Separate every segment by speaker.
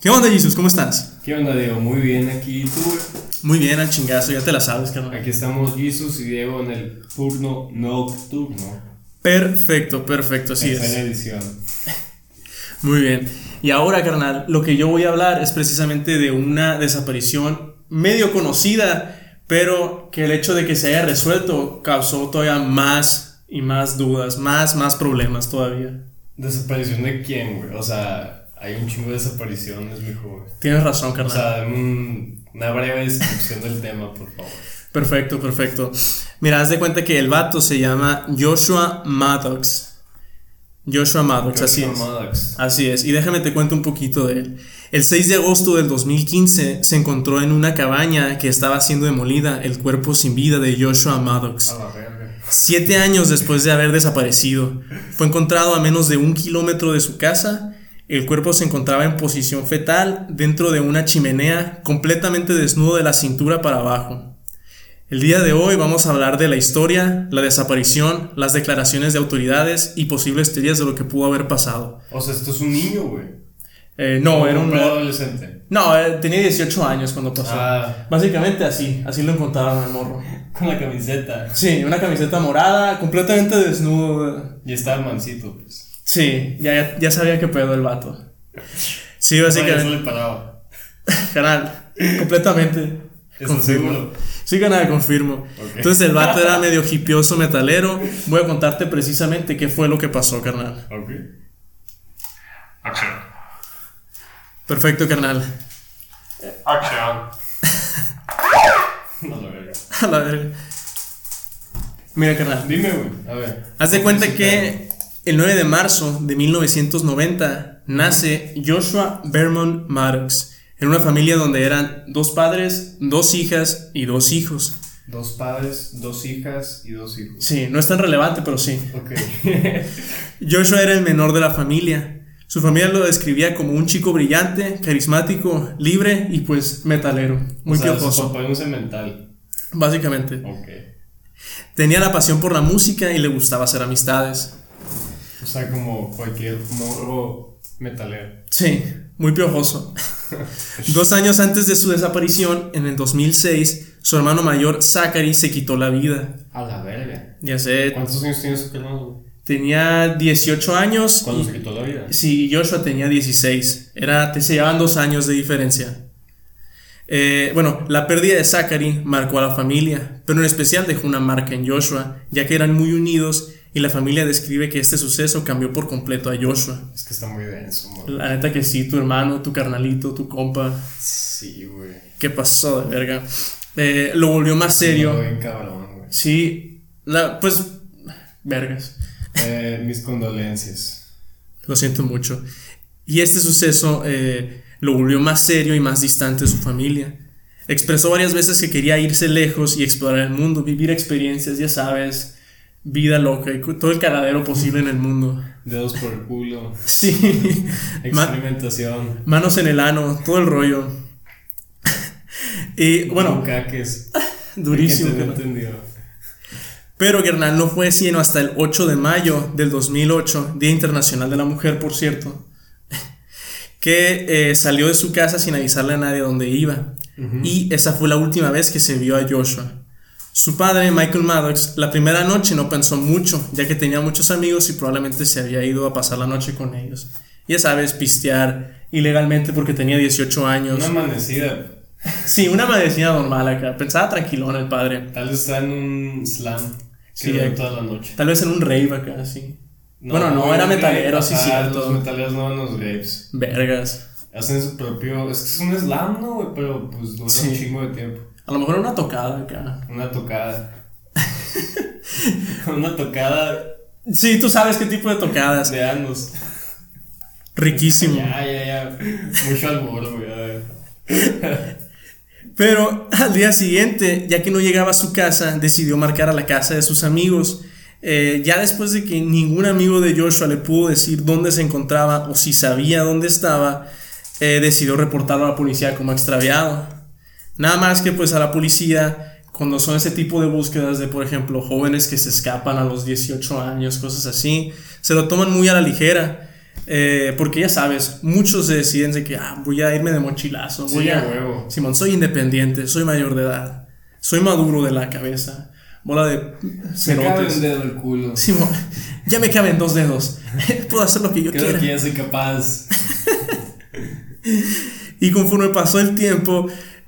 Speaker 1: ¿Qué onda, Jesus? ¿Cómo estás?
Speaker 2: ¿Qué onda, Diego? Muy bien, aquí tú.
Speaker 1: Muy bien, al chingazo, ya te la sabes, carnal.
Speaker 2: Aquí estamos Jesus y Diego en el turno nocturno.
Speaker 1: Perfecto, perfecto, así
Speaker 2: Está
Speaker 1: es.
Speaker 2: en edición.
Speaker 1: Muy bien. Y ahora, carnal, lo que yo voy a hablar es precisamente de una desaparición medio conocida, pero que el hecho de que se haya resuelto causó todavía más y más dudas, más, más problemas todavía.
Speaker 2: ¿Desaparición de quién, güey? O sea, hay un chingo de desapariciones, mijo. güey.
Speaker 1: Tienes razón,
Speaker 2: O
Speaker 1: carnal.
Speaker 2: sea, dame un- una breve descripción del tema, por favor.
Speaker 1: Perfecto, perfecto. Mira, haz de cuenta que el vato se llama Joshua Maddox. Joshua Maddox, así
Speaker 2: Joshua
Speaker 1: es.
Speaker 2: Maddox.
Speaker 1: Así es, y déjame te cuento un poquito de él. El 6 de agosto del 2015 se encontró en una cabaña que estaba siendo demolida el cuerpo sin vida de Joshua Maddox.
Speaker 2: A la verga.
Speaker 1: Siete años después de haber desaparecido, fue encontrado a menos de un kilómetro de su casa. El cuerpo se encontraba en posición fetal dentro de una chimenea, completamente desnudo de la cintura para abajo. El día de hoy vamos a hablar de la historia, la desaparición, las declaraciones de autoridades y posibles teorías de lo que pudo haber pasado.
Speaker 2: O sea, esto es un niño, güey.
Speaker 1: Eh, no, era un...
Speaker 2: adolescente.
Speaker 1: No, eh, tenía 18 años cuando pasó.
Speaker 2: Ah,
Speaker 1: Básicamente así, así lo encontraron al morro.
Speaker 2: con la camiseta.
Speaker 1: Sí, una camiseta morada, completamente desnudo.
Speaker 2: Y estaba mansito, pues.
Speaker 1: Sí, ya, ya sabía que pedo el vato. Sí,
Speaker 2: Así que no
Speaker 1: básicamente.
Speaker 2: le paraba.
Speaker 1: Canal, completamente.
Speaker 2: ¿Estás seguro?
Speaker 1: Sí, canal, confirmo.
Speaker 2: Ok.
Speaker 1: Entonces el vato era medio hipioso metalero. Voy a contarte precisamente qué fue lo que pasó, carnal.
Speaker 2: Ok.
Speaker 3: Acción.
Speaker 1: Perfecto, carnal.
Speaker 3: Acción.
Speaker 2: A la verga.
Speaker 1: A la verga. Mira, carnal.
Speaker 2: Dime, güey. A ver.
Speaker 1: Haz de cuenta que el 9 de marzo de 1990 nace Joshua Berman Maddox en una familia donde eran dos padres, dos hijas y dos hijos.
Speaker 2: Dos padres, dos hijas y dos hijos.
Speaker 1: Sí, no es tan relevante, pero sí.
Speaker 2: Ok.
Speaker 1: Joshua era el menor de la familia. Su familia lo describía como un chico brillante, carismático, libre y pues metalero, muy
Speaker 2: o sea,
Speaker 1: piojoso,
Speaker 2: su papá era un cemental.
Speaker 1: básicamente.
Speaker 2: Ok.
Speaker 1: Tenía la pasión por la música y le gustaba hacer amistades.
Speaker 2: O sea, como cualquier morro metalero.
Speaker 1: Sí, muy piojoso. Dos años antes de su desaparición, en el 2006, su hermano mayor Zachary se quitó la vida.
Speaker 2: A la verga.
Speaker 1: Ya sé,
Speaker 2: ¿Cuántos años tiene su hermano? güey?
Speaker 1: tenía 18 años.
Speaker 2: ¿Cuándo se quitó la vida?
Speaker 1: Sí, Joshua tenía 16. Era, te se llevaban dos años de diferencia. Eh, bueno, la pérdida de Zachary marcó a la familia, pero en especial dejó una marca en Joshua, ya que eran muy unidos y la familia describe que este suceso cambió por completo a Joshua.
Speaker 2: Es que está muy denso, morro.
Speaker 1: La neta que sí, tu hermano, tu carnalito, tu compa,
Speaker 2: Sí, güey.
Speaker 1: ¿Qué pasó de verga? Eh, lo volvió más
Speaker 2: Muy
Speaker 1: serio.
Speaker 2: bien cabrón, güey.
Speaker 1: Sí, la, pues, vergas.
Speaker 2: Eh, mis condolencias.
Speaker 1: Lo siento mucho. Y este suceso eh, lo volvió más serio y más distante de su familia. Expresó varias veces que quería irse lejos y explorar el mundo, vivir experiencias, ya sabes, vida loca y cu- todo el caladero posible en el mundo.
Speaker 2: Dedos por el culo.
Speaker 1: Sí. Ma-
Speaker 2: Experimentación.
Speaker 1: manos en el ano, todo el rollo. y bueno,
Speaker 2: Bucaques.
Speaker 1: durísimo.
Speaker 2: ¿Quién te
Speaker 1: carnal.
Speaker 2: entendió?
Speaker 1: Pero Gernal no fue sino hasta el 8 de mayo del 2008, Día Internacional de la Mujer, por cierto, que eh, salió de su casa sin avisarle a nadie dónde iba. Y esa fue la última vez que se vio a Joshua. Su padre, Michael Maddox, la primera noche no pensó mucho, ya que tenía muchos amigos y probablemente se había ido a pasar la noche con ellos. Ya sabes, pistear ilegalmente porque tenía 18 años.
Speaker 2: Una amanecida.
Speaker 1: Sí, una medicina normal acá. Pensaba tranquilón el padre.
Speaker 2: Tal vez está en un slam. Que
Speaker 1: Sí,
Speaker 2: dura
Speaker 1: eh.
Speaker 2: toda la noche.
Speaker 1: Tal vez en un rave acá, sí. Bueno, no, era
Speaker 2: güey,
Speaker 1: metalero, sí,
Speaker 2: ajá,
Speaker 1: cierto.
Speaker 2: Los metaleros no van a los graves.
Speaker 1: Vergas.
Speaker 2: Hacen su propio. Es que es un slam, ¿no, güey? Pero pues dura
Speaker 1: Sí.
Speaker 2: un chingo de tiempo.
Speaker 1: A lo mejor una tocada acá.
Speaker 2: Una tocada. Una tocada
Speaker 1: Sí, tú sabes qué tipo de tocadas.
Speaker 2: de anos.
Speaker 1: Riquísimo.
Speaker 2: Ya, ya, ya. Mucho alboro, güey. a ver.
Speaker 1: Pero al día siguiente, ya que no llegaba a su casa, decidió marcar a la casa de sus amigos. Eh, ya después de que ningún amigo de Joshua le pudo decir dónde se encontraba o si sabía dónde estaba, eh, decidió reportarlo a la policía como extraviado. Nada más que pues a la policía, cuando son ese tipo de búsquedas de, por ejemplo, jóvenes que se escapan a los 18 años, cosas así, se lo toman muy a la ligera. Eh, porque ya sabes, muchos se deciden de que ah, voy a irme de mochilazo, voy
Speaker 2: Sí,
Speaker 1: a
Speaker 2: a huevo.
Speaker 1: Simón, soy independiente, soy mayor de edad, soy maduro de la cabeza, bola de
Speaker 2: Se cabe un
Speaker 1: cerotes.
Speaker 2: dedo el culo.
Speaker 1: Simón, ya me caben dos dedos, puedo hacer lo que yo
Speaker 2: Creo
Speaker 1: quiera.
Speaker 2: que ya soy capaz.
Speaker 1: Y conforme pasó el tiempo,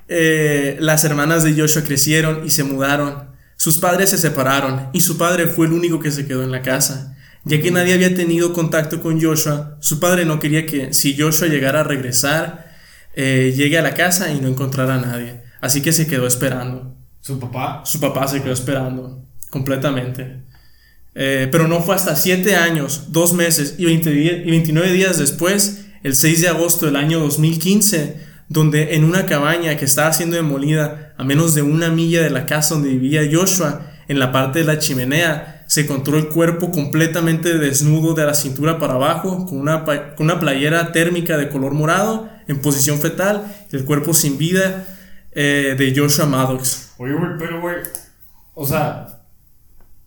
Speaker 1: eh, las hermanas de Joshua crecieron y se mudaron. Sus padres se separaron y su padre fue el único que se quedó en la casa. Ya que nadie había tenido contacto con Joshua, su padre no quería que si Joshua llegara a regresar, eh, llegue a la casa y no encontrara a nadie. Así que se quedó esperando.
Speaker 2: Su papá.
Speaker 1: Su papá se quedó esperando completamente. Eh, pero no fue hasta 7 años, 2 meses y, 20 di- y 29 días después, el 6 de agosto del año 2015, donde en una cabaña que estaba siendo demolida a menos de una milla de la casa donde vivía Joshua, en la parte de la chimenea, se encontró el cuerpo completamente desnudo de la cintura para abajo, con una, pa- con una playera térmica de color morado, en posición fetal, el cuerpo sin vida eh, de Joshua Maddox.
Speaker 2: Oye, güey, pero, güey. O sea.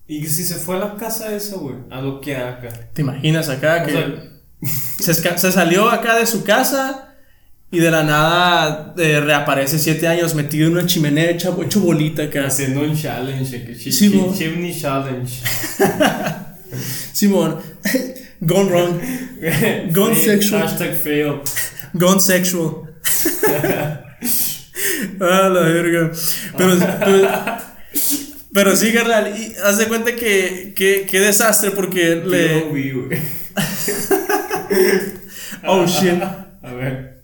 Speaker 2: ¿Y si se fue a la casa esa, güey? A lo que acá.
Speaker 1: ¿Te imaginas acá
Speaker 2: O
Speaker 1: que
Speaker 2: sea,
Speaker 1: se, esca- se salió acá de su casa y de la nada eh, reaparece siete años metido en una chimenea hecha, hecho bolita acá?
Speaker 2: haciendo un challenge. Que chi-
Speaker 1: Sí,
Speaker 2: chi-
Speaker 1: güey.
Speaker 2: chimney challenge.
Speaker 1: Simón, gone wrong, Gone
Speaker 2: Sí,
Speaker 1: sexual.
Speaker 2: Hashtag fail.
Speaker 1: gone sexual. ah, la verga. Pero, pero, pero sí, carnal, y haz de cuenta que, que, que desastre porque
Speaker 2: Le...
Speaker 1: le... Oh, shit.
Speaker 2: A ver.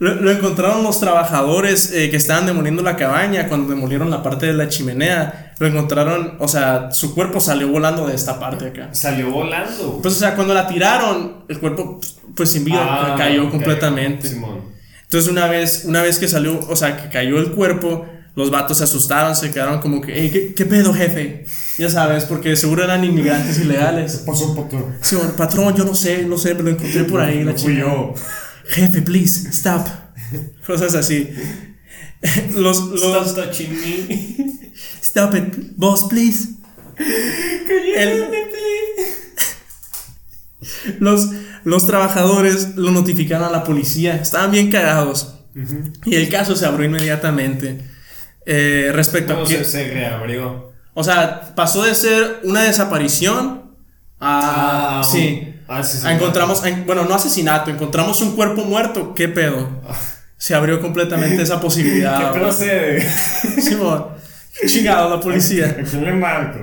Speaker 1: Lo, lo encontraron los trabajadores eh, que estaban demoliendo la cabaña cuando demolieron la parte de la chimenea. Lo encontraron, o sea, su cuerpo salió volando de esta parte acá.
Speaker 2: Salió volando. güey.
Speaker 1: Pues, o sea, cuando la tiraron, el cuerpo, pues sin vida,
Speaker 2: Ah,
Speaker 1: cayó
Speaker 2: ok.
Speaker 1: completamente.
Speaker 2: Simón.
Speaker 1: Entonces, una vez, una vez que salió, o sea, que cayó el cuerpo, los vatos se asustaron, se quedaron como que, "Ey, ¿qué, qué pedo, jefe? Ya sabes, porque seguro eran inmigrantes ilegales.
Speaker 2: Pasó por todo.
Speaker 1: Sí, bueno, patrón, yo no sé, no sé, me lo encontré por ahí, la
Speaker 2: No fui
Speaker 1: chica.
Speaker 2: yo.
Speaker 1: Jefe, please, stop. Cosas así. Los, los,
Speaker 2: Estás touching me.
Speaker 1: stop it, boss, please. Los, los trabajadores lo notificaron a la policía. Estaban bien cagados. Y el caso se abrió inmediatamente. Eh, respecto
Speaker 2: No,
Speaker 1: a que,
Speaker 2: se, se reabrió.
Speaker 1: o sea, pasó de ser una desaparición a. sí.
Speaker 2: Ah, sí, sí.
Speaker 1: A encontramos, a en- bueno, no asesinato, encontramos un cuerpo muerto. ¿Qué pedo? Se abrió completamente esa
Speaker 2: ¿Qué
Speaker 1: posibilidad.
Speaker 2: pedo se
Speaker 1: Simón, chingado la policía.
Speaker 2: ¿A quién le marco?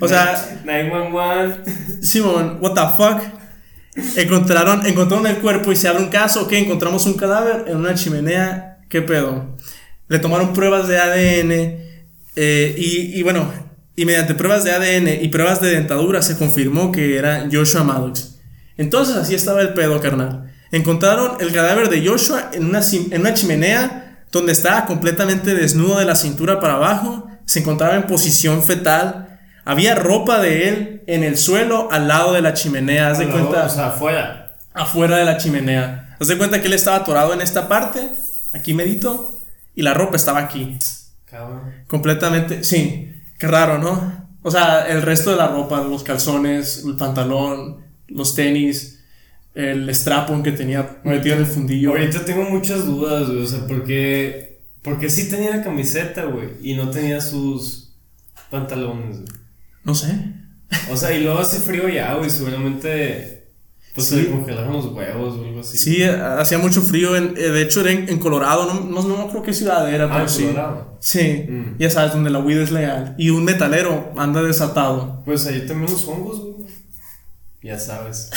Speaker 1: O sea,
Speaker 2: 911.
Speaker 1: Simón, what the fuck? Encontraron, encontraron el cuerpo y se abre un caso, que encontramos un cadáver en una chimenea, ¿qué pedo? Le tomaron pruebas de ADN eh, y, y bueno, y mediante pruebas de ADN y pruebas de dentadura se confirmó que era Joshua Maddox. Entonces así estaba el pedo, carnal. Encontraron el cadáver de Joshua en una, cim- en una chimenea donde estaba completamente desnudo de la cintura para abajo, se encontraba en posición fetal, había ropa de él en el suelo al lado de la chimenea, haz de cuenta
Speaker 2: Ah, O sea, afuera.
Speaker 1: afuera de la chimenea. Haz de cuenta que él estaba atorado en esta parte, aquí medito, y la ropa estaba aquí.
Speaker 2: Cabrón.
Speaker 1: Completamente, sí, qué raro, ¿no? O sea, el resto de la ropa, los calzones, el pantalón, los tenis, el strapón que tenía metido en el
Speaker 2: Y
Speaker 1: fundillo.
Speaker 2: ahorita tengo muchas dudas, güey. O sea, porque. Porque sí tenía la camiseta, güey. Y no tenía sus pantalones, güey.
Speaker 1: No sé.
Speaker 2: O sea, y luego hace frío ya, güey. Seguramente. Pues se
Speaker 1: Sí.
Speaker 2: le congelaron los huevos o algo así.
Speaker 1: Sí, eh, hacía mucho frío, en, eh, de hecho era en, en Colorado, no, no, no creo qué ciudad era,
Speaker 2: Ah,
Speaker 1: pero
Speaker 2: en
Speaker 1: sí.
Speaker 2: Colorado.
Speaker 1: Sí,
Speaker 2: Mm.
Speaker 1: ya sabes, donde la weed es legal. Y un metalero anda desatado.
Speaker 2: Pues ahí también los hongos, güey. Ya sabes.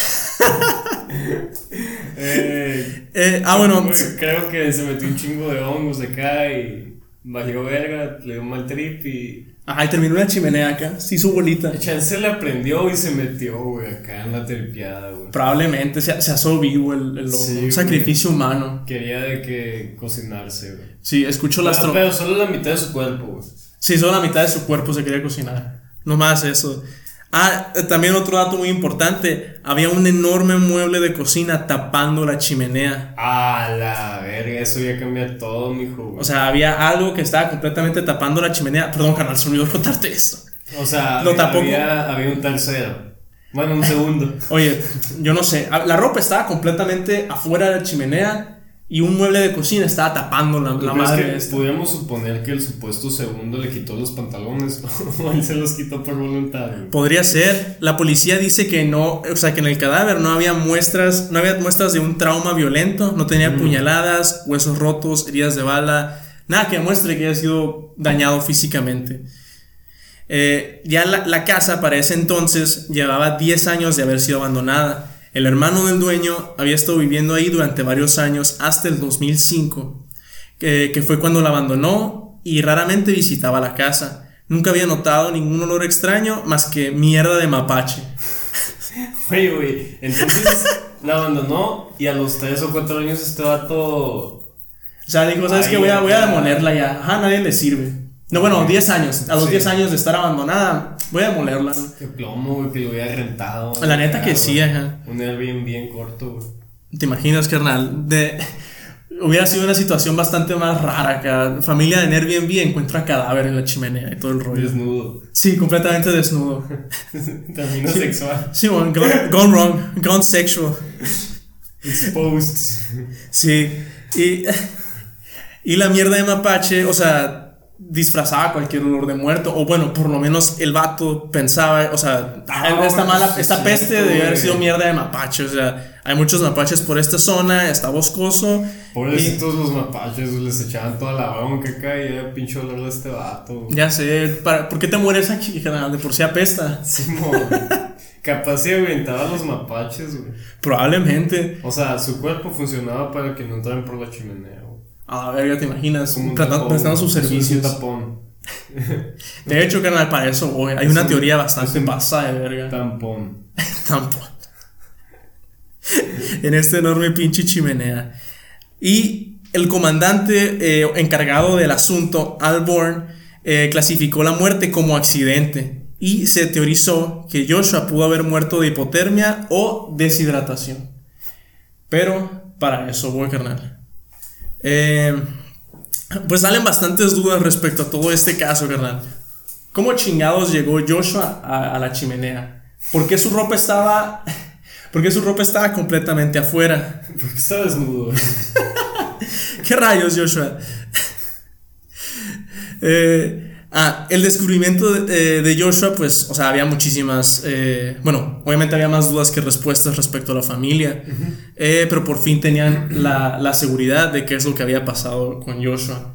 Speaker 2: Eh,
Speaker 1: Eh, ah, bueno,
Speaker 2: güey, Creo que se metió un chingo de hongos acá y. Valió verga, le dio mal trip y.
Speaker 1: Ay, terminó una chimenea acá, sí su bolita.
Speaker 2: Chance le aprendió y se metió, güey, acá en la tripiada, güey.
Speaker 1: Probablemente se, se asó vivo el, el loco.
Speaker 2: Sí,
Speaker 1: un
Speaker 2: güey.
Speaker 1: sacrificio humano.
Speaker 2: Quería de que cocinarse, güey.
Speaker 1: Sí, escucho las
Speaker 2: Pero,
Speaker 1: trompas.
Speaker 2: pero solo la mitad de su cuerpo, güey.
Speaker 1: Sí, solo la mitad de su cuerpo se quería cocinar. No más eso. Ah, eh, también otro dato muy importante. Había un enorme mueble de cocina tapando la chimenea.
Speaker 2: A la verga, eso ya cambia todo, mijo, güey.
Speaker 1: O sea, había algo que estaba completamente tapando la chimenea. Perdón, carnal, se me olvidó contarte esto.
Speaker 2: O sea,
Speaker 1: No,
Speaker 2: había,
Speaker 1: tampoco.
Speaker 2: había, había un tercero. Bueno, un segundo.
Speaker 1: Oye, yo no sé. Ah, La ropa estaba completamente afuera de la chimenea y un mueble de cocina estaba tapando la, la madre.
Speaker 2: Es que podríamos suponer que el supuesto segundo le quitó los pantalones o él se los quitó por voluntad. güey.
Speaker 1: Mm. Podría ser. La policía dice que no, o sea, que en el cadáver no había muestras, no había muestras de un trauma violento, no tenía puñaladas, huesos rotos, heridas de bala, nada que muestre que haya sido dañado físicamente. Eh, ya la, la casa para ese entonces llevaba 10 años de haber sido abandonada. El hermano del dueño había estado viviendo ahí durante varios años hasta el 2005, que, que fue cuando la abandonó y raramente visitaba la casa. Nunca había notado ningún olor extraño más que mierda de mapache.
Speaker 2: Güey, güey. Entonces la abandonó y a los 3 o 4 años este vato.
Speaker 1: O sea, dijo, ¿sabes
Speaker 2: Ay,
Speaker 1: qué? Voy a, voy a
Speaker 2: acá.
Speaker 1: demolerla ya. Ajá, a nadie le sirve. No, bueno, 10 años. A los
Speaker 2: Sí.
Speaker 1: 10 años de estar abandonada, voy a demolerla.
Speaker 2: Qué plomo, güey, que lo hubiera rentado.
Speaker 1: La neta que
Speaker 2: Ah,
Speaker 1: sí,
Speaker 2: güey.
Speaker 1: ajá.
Speaker 2: Un Airbnb bien corto, güey.
Speaker 1: ¿Te imaginas, carnal? De... Hubiera sido una situación bastante más rara acá. Familia de Airbnb encuentra cadáver en la chimenea y todo el rollo.
Speaker 2: Desnudo.
Speaker 1: Sí, completamente desnudo.
Speaker 2: También sexual.
Speaker 1: Sí, bueno, gone, gone wrong, gone sexual.
Speaker 2: Exposed.
Speaker 1: Sí. Y, y la mierda de mapache, o sea, disfrazaba cualquier olor de muerto. O bueno, por lo menos el vato pensaba, o sea,
Speaker 2: Ah,
Speaker 1: esta mala,
Speaker 2: sí,
Speaker 1: esta
Speaker 2: sí,
Speaker 1: peste
Speaker 2: cierto,
Speaker 1: debe haber
Speaker 2: güey.
Speaker 1: sido mierda de mapache. O sea, hay muchos mapaches por esta zona, está boscoso. y-
Speaker 2: Pobrecitos los mapaches, güey, les echaban toda la bronca acá y era pinche olor de este vato. güey.
Speaker 1: Ya sé, para- ¿por qué te mueres aquí, general? De por sí apesta.
Speaker 2: Simón. Capaz se orientaba a los mapaches, güey.
Speaker 1: Probablemente.
Speaker 2: O sea, su cuerpo funcionaba para que no entraran por la chimenea, güey.
Speaker 1: A ver, ya te imaginas,
Speaker 2: Como un
Speaker 1: prestando
Speaker 2: tapón,
Speaker 1: prestando sus
Speaker 2: güey. Es un
Speaker 1: servicios.
Speaker 2: tapón.
Speaker 1: De hecho, canal, para eso, güey, hay una teoría bastante pasada de verga.
Speaker 2: Tampón.
Speaker 1: Tampoco. en esta enorme pinche chimenea. Y el comandante eh, encargado del asunto, Alborn, eh, clasificó la muerte como accidente y se teorizó que Joshua pudo haber muerto de hipotermia o deshidratación. Pero para eso voy, carnal. Eh, pues salen bastantes dudas respecto a todo este caso, carnal. ¿Cómo chingados llegó Joshua a, a la chimenea? ¿Por qué su ropa estaba... ¿Por qué su ropa estaba completamente afuera?
Speaker 2: ¿Por qué está desnudo? güey?
Speaker 1: ¿Qué rayos, Joshua? Eh, ah, el descubrimiento de, eh, de Joshua, pues, o sea, había muchísimas, eh, bueno, obviamente había más dudas que respuestas respecto a la familia, Eh, pero por fin tenían la, la seguridad de qué es lo que había pasado con Joshua.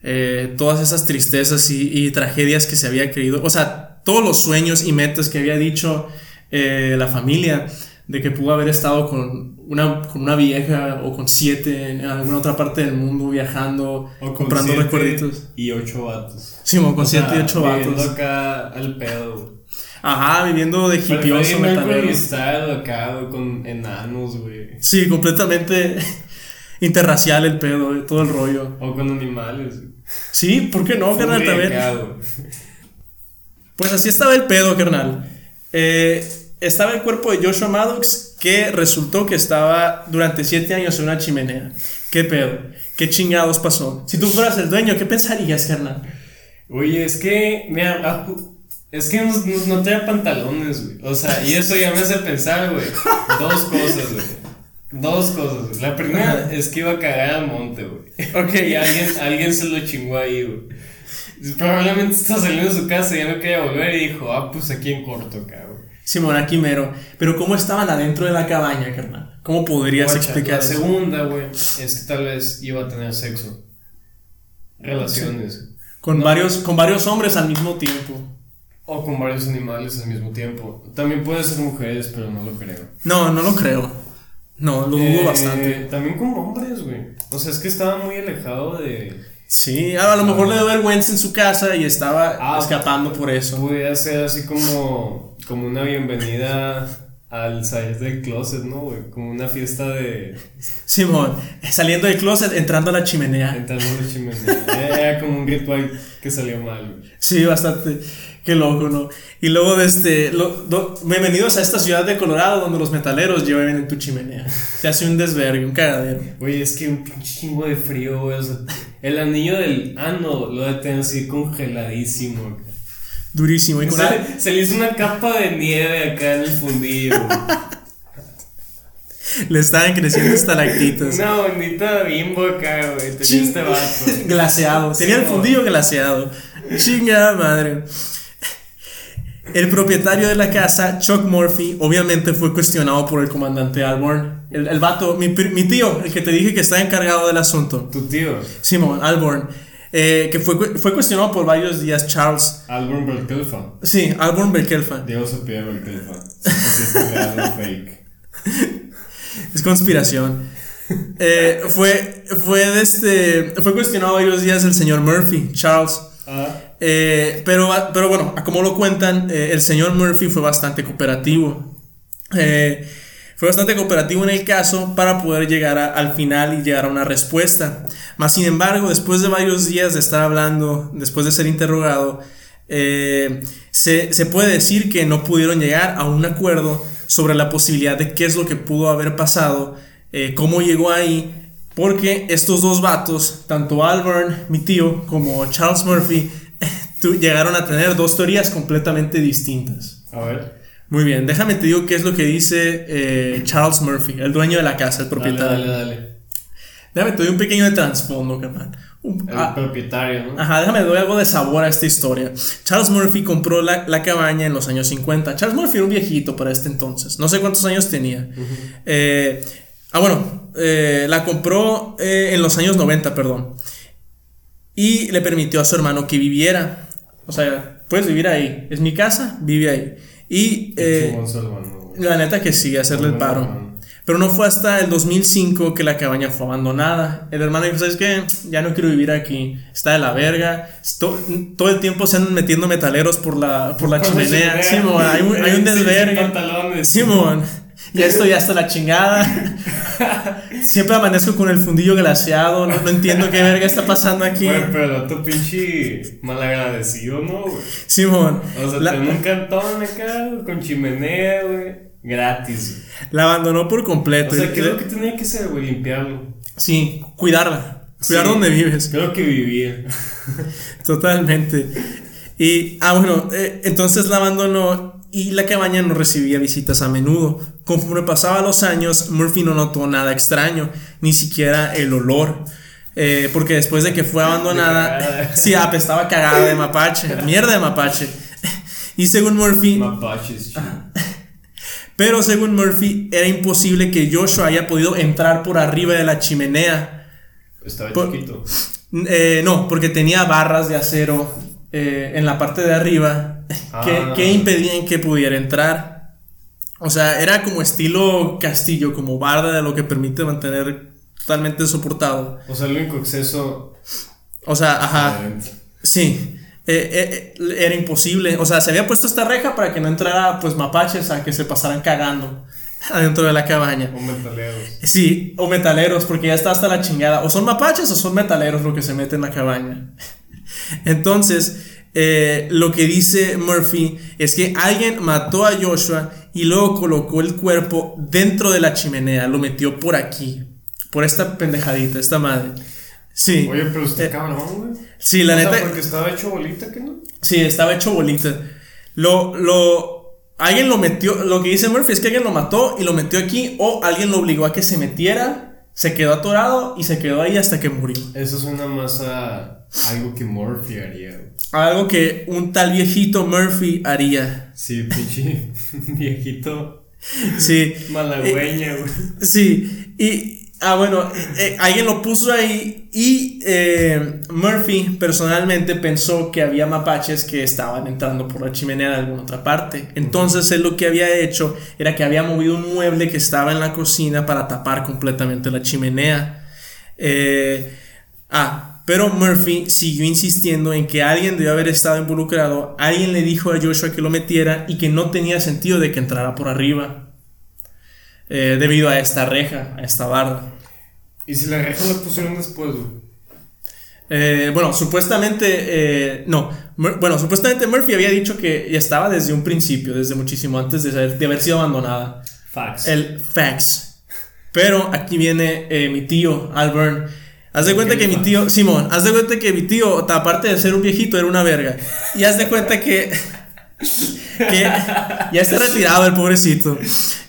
Speaker 1: Eh, todas esas tristezas y, y tragedias que se había creído, o sea, todos los sueños y metas que había dicho eh, la familia de que pudo haber estado con una, con una vieja o con siete en alguna otra parte del mundo viajando,
Speaker 2: O con
Speaker 1: comprando
Speaker 2: siete
Speaker 1: recuerditos.
Speaker 2: Y ocho vatos.
Speaker 1: Simón, con
Speaker 2: O sea,
Speaker 1: siete y ocho
Speaker 2: viviendo
Speaker 1: vatos.
Speaker 2: acá al pedo, güey.
Speaker 1: Ajá, viviendo de hipioso,
Speaker 2: Freddie
Speaker 1: metalero.
Speaker 2: Mercury style acá, güey, con enanos, güey.
Speaker 1: Sí, completamente interracial el pedo, eh, todo el rollo.
Speaker 2: O con animales, güey.
Speaker 1: Sí, ¿por qué no, Oh, carnal?
Speaker 2: Furia
Speaker 1: También.
Speaker 2: acá, güey.
Speaker 1: Pues así estaba el pedo, carnal. Eh, estaba el cuerpo de Joshua Maddox que resultó que estaba durante siete años en una chimenea. ¿Qué pedo? ¿Qué chingados pasó? Si tú fueras el dueño, ¿qué pensarías, carnal?
Speaker 2: Oye, es que, mira, ah, es que no, no- no tenía pantalones, güey. O sea, y eso ya me hace pensar, güey. Dos cosas, güey. Dos cosas, güey. La primera es que iba a cagar al monte, güey.
Speaker 1: Ok.
Speaker 2: Y alguien, alguien se lo chingó ahí, güey. Probablemente está saliendo de su casa y ya no quería volver y dijo, ah, pues aquí en corto, cabrón.
Speaker 1: Simón aquí mero. Pero ¿cómo estaban adentro de la cabaña, carnal? ¿Cómo podrías
Speaker 2: Guacha,
Speaker 1: explicar
Speaker 2: La
Speaker 1: eso?
Speaker 2: segunda, güey, es que tal vez iba a tener sexo. Relaciones.
Speaker 1: Con, varios, con varios hombres al mismo tiempo.
Speaker 2: O con varios animales al mismo tiempo. También puede ser mujeres, pero no lo creo.
Speaker 1: No, no lo creo. No, lo dudo
Speaker 2: Eh,
Speaker 1: bastante.
Speaker 2: También con hombres, güey. O sea, es que estaba muy alejado de.
Speaker 1: Sí, a lo mejor le dio vergüenza en su casa y estaba
Speaker 2: Ah.
Speaker 1: escapando por eso.
Speaker 2: Podría ser así como. Como una bienvenida al salir del closet, ¿no, güey? Como una fiesta de.
Speaker 1: Simón, saliendo del closet, entrando a la chimenea.
Speaker 2: Entrando en la chimenea. Era- Era como un ritual que salió mal, güey.
Speaker 1: Sí, bastante. Qué loco, ¿no? Y luego, este, lo- do- bienvenidos a esta ciudad de Colorado donde los metaleros llevan en tu chimenea. Se hace un desvergue, un cagadero.
Speaker 2: Oye, es que un pinche chingo de frío, güey. o sea, el anillo del. Ah, no, lo de tener así congeladísimo, güey.
Speaker 1: Durísimo. Y con la-
Speaker 2: Se, se le hizo una capa de nieve acá en el fundillo. güey.
Speaker 1: le estaban creciendo estalactitas.
Speaker 2: Una bonita bimbo acá, güey. Tenía este vato.
Speaker 1: Glaseado. Tenía el
Speaker 2: no.
Speaker 1: fundillo glaseado. Chingada madre. El propietario de la casa, Chuck Murphy, obviamente fue cuestionado por el comandante Alborn. El, el vato, mi, pri- mi tío, el que te dije que está encargado del asunto.
Speaker 2: Tu tío,
Speaker 1: Simon Alborn. eh, que fue, cu- fue cuestionado por varios días Charles.
Speaker 2: Alvin Berkelfa.
Speaker 1: Sí, Alborn Belkelfa.
Speaker 2: Diego se pide Berkelfa. Así es que algo fake.
Speaker 1: Es conspiración. Eh, fue, fue, de este, fue cuestionado varios días el señor Murphy, Charles.
Speaker 2: Ah,
Speaker 1: Eh, pero, pero bueno, a como lo cuentan, eh, el señor Murphy fue bastante cooperativo. Eh, fue bastante cooperativo en el caso para poder llegar a- al final y llegar a una respuesta. Más sin embargo, después de varios días de estar hablando, después de ser interrogado, eh, se, se puede decir que no pudieron llegar a un acuerdo sobre la posibilidad de qué es lo que pudo haber pasado, eh, cómo llegó ahí, porque estos dos vatos, tanto Alburn, mi tío, como Charles Murphy, tu- llegaron a tener dos teorías completamente distintas.
Speaker 2: a ver.
Speaker 1: Muy bien, déjame te digo qué es lo que dice eh, Charles Murphy, el dueño de la casa, el
Speaker 2: Dale,
Speaker 1: propietario.
Speaker 2: dale, dale.
Speaker 1: Déjame te doy un pequeño de trasfondo, carnal. Un-
Speaker 2: El
Speaker 1: ah,
Speaker 2: propietario, ¿no?
Speaker 1: Ajá, déjame doy algo de sabor a esta historia. Charles Murphy compró la, la cabaña en los años 50. Charles Murphy era un viejito para este entonces. No sé cuántos años tenía. Eh, ah, bueno, eh, la compró eh, en los años 90, perdón. Y le permitió a su hermano que viviera. O sea, puedes vivir ahí. Es mi casa, vive ahí. Y eh,
Speaker 2: Simón Salvano, güey.
Speaker 1: la neta que sí, hacerle el paro. Pero no fue hasta el 2005 que la cabaña fue abandonada. El hermano dijo, ¿sabes qué? Ya no quiero vivir aquí. Está de la verga. To- todo el tiempo se andan metiendo metaleros por la, por la chimenea. Sí, mon, hay un, hay un
Speaker 2: Sí,
Speaker 1: desvergue.
Speaker 2: pantalones.
Speaker 1: Sí, mon. Ya estoy hasta la chingada. Siempre amanezco con el fundillo glaseado. No, no entiendo qué verga está pasando aquí.
Speaker 2: Güey, pero tu pinche malagradecido, ¿no, güey?
Speaker 1: Simón.
Speaker 2: O sea,
Speaker 1: la-
Speaker 2: tengo un cantón acá con chimenea, güey. Gratis.
Speaker 1: la abandonó por
Speaker 2: güey. O
Speaker 1: completo. Eh,
Speaker 2: sea, ¿qué es lo que tenía que hacer, güey? Limpiarlo.
Speaker 1: Sí, cuidarla. Cuidar
Speaker 2: Sí.
Speaker 1: donde vives.
Speaker 2: Creo que vivir.
Speaker 1: Totalmente. Y, ah, bueno, eh, entonces la abandonó y la cabaña no recibía visitas a menudo. Conforme pasaba los años, Murphy no notó nada extraño, ni siquiera el olor. Eh, porque después de que fue
Speaker 2: De
Speaker 1: abandonada,
Speaker 2: cagada.
Speaker 1: sí, apestaba cagada de mapache, mierda de mapache. Y según Murphy,
Speaker 2: Mapaches, chido.
Speaker 1: pero según Murphy, era imposible que Joshua haya podido entrar por arriba de la chimenea.
Speaker 2: Estaba
Speaker 1: Por-
Speaker 2: chiquito.
Speaker 1: Eh, no, porque tenía barras de acero eh, en la parte de arriba que,
Speaker 2: Ah.
Speaker 1: que impedían que pudiera entrar. O sea, era como estilo castillo, como barda de lo que permite mantener totalmente soportado.
Speaker 2: O sea, el único exceso.
Speaker 1: O sea, ajá,
Speaker 2: adentro.
Speaker 1: sí. Eh, eh, eh, era imposible. O sea, se había puesto esta reja para que no entrara pues mapaches a que se pasaran cagando adentro de la cabaña.
Speaker 2: O metaleros.
Speaker 1: Sí, o metaleros, porque ya está hasta la chingada. O son mapaches o son metaleros lo que se mete en la cabaña. Entonces, eh, lo que dice Murphy es que alguien mató a Joshua y luego colocó el cuerpo dentro de la chimenea, lo metió por aquí, por esta pendejadita, esta madre. Sí,
Speaker 2: Oye, pero está
Speaker 1: Eh,
Speaker 2: cabrón, güey.
Speaker 1: sí, la
Speaker 2: o
Speaker 1: neta.
Speaker 2: Sea, porque estaba hecho bolita, ¿qué no?
Speaker 1: Sí, estaba hecho bolita. Lo, lo, alguien lo metió, lo que dice Murphy es que alguien lo mató y lo metió aquí o alguien lo obligó a que se metiera, se quedó atorado y se quedó ahí hasta que murió.
Speaker 2: Eso suena más a algo que Morphy haría, güey.
Speaker 1: Algo que un tal viejito Murphy haría.
Speaker 2: Sí, pinche viejito
Speaker 1: Sí. Eh.
Speaker 2: malagüeña, güey.
Speaker 1: Sí, y ah, bueno, eh, eh, alguien lo puso ahí y eh, Murphy personalmente pensó que había mapaches que estaban entrando por la chimenea de alguna otra parte. Entonces él lo que había hecho era que había movido un mueble que estaba en la cocina para tapar completamente la chimenea. Eh, ah, pero Murphy siguió insistiendo en que alguien debió haber estado involucrado. Alguien le dijo a Joshua que lo metiera y que no tenía sentido de que entrara por arriba eh, debido a esta reja, a esta barda.
Speaker 2: Y si la reja la pusieron después, güey.
Speaker 1: Eh, bueno, supuestamente, eh, no, Mur- bueno, supuestamente Murphy había dicho que ya estaba desde un principio, desde muchísimo antes de, saber- de haber sido abandonada.
Speaker 2: Fax.
Speaker 1: El fax. Pero aquí viene eh, mi tío, Alburn. Haz de cuenta que mi tío, Simón, haz de cuenta que mi tío, ta- aparte de ser un viejito, era una verga. Y haz de cuenta que. que ya está retirado el pobrecito.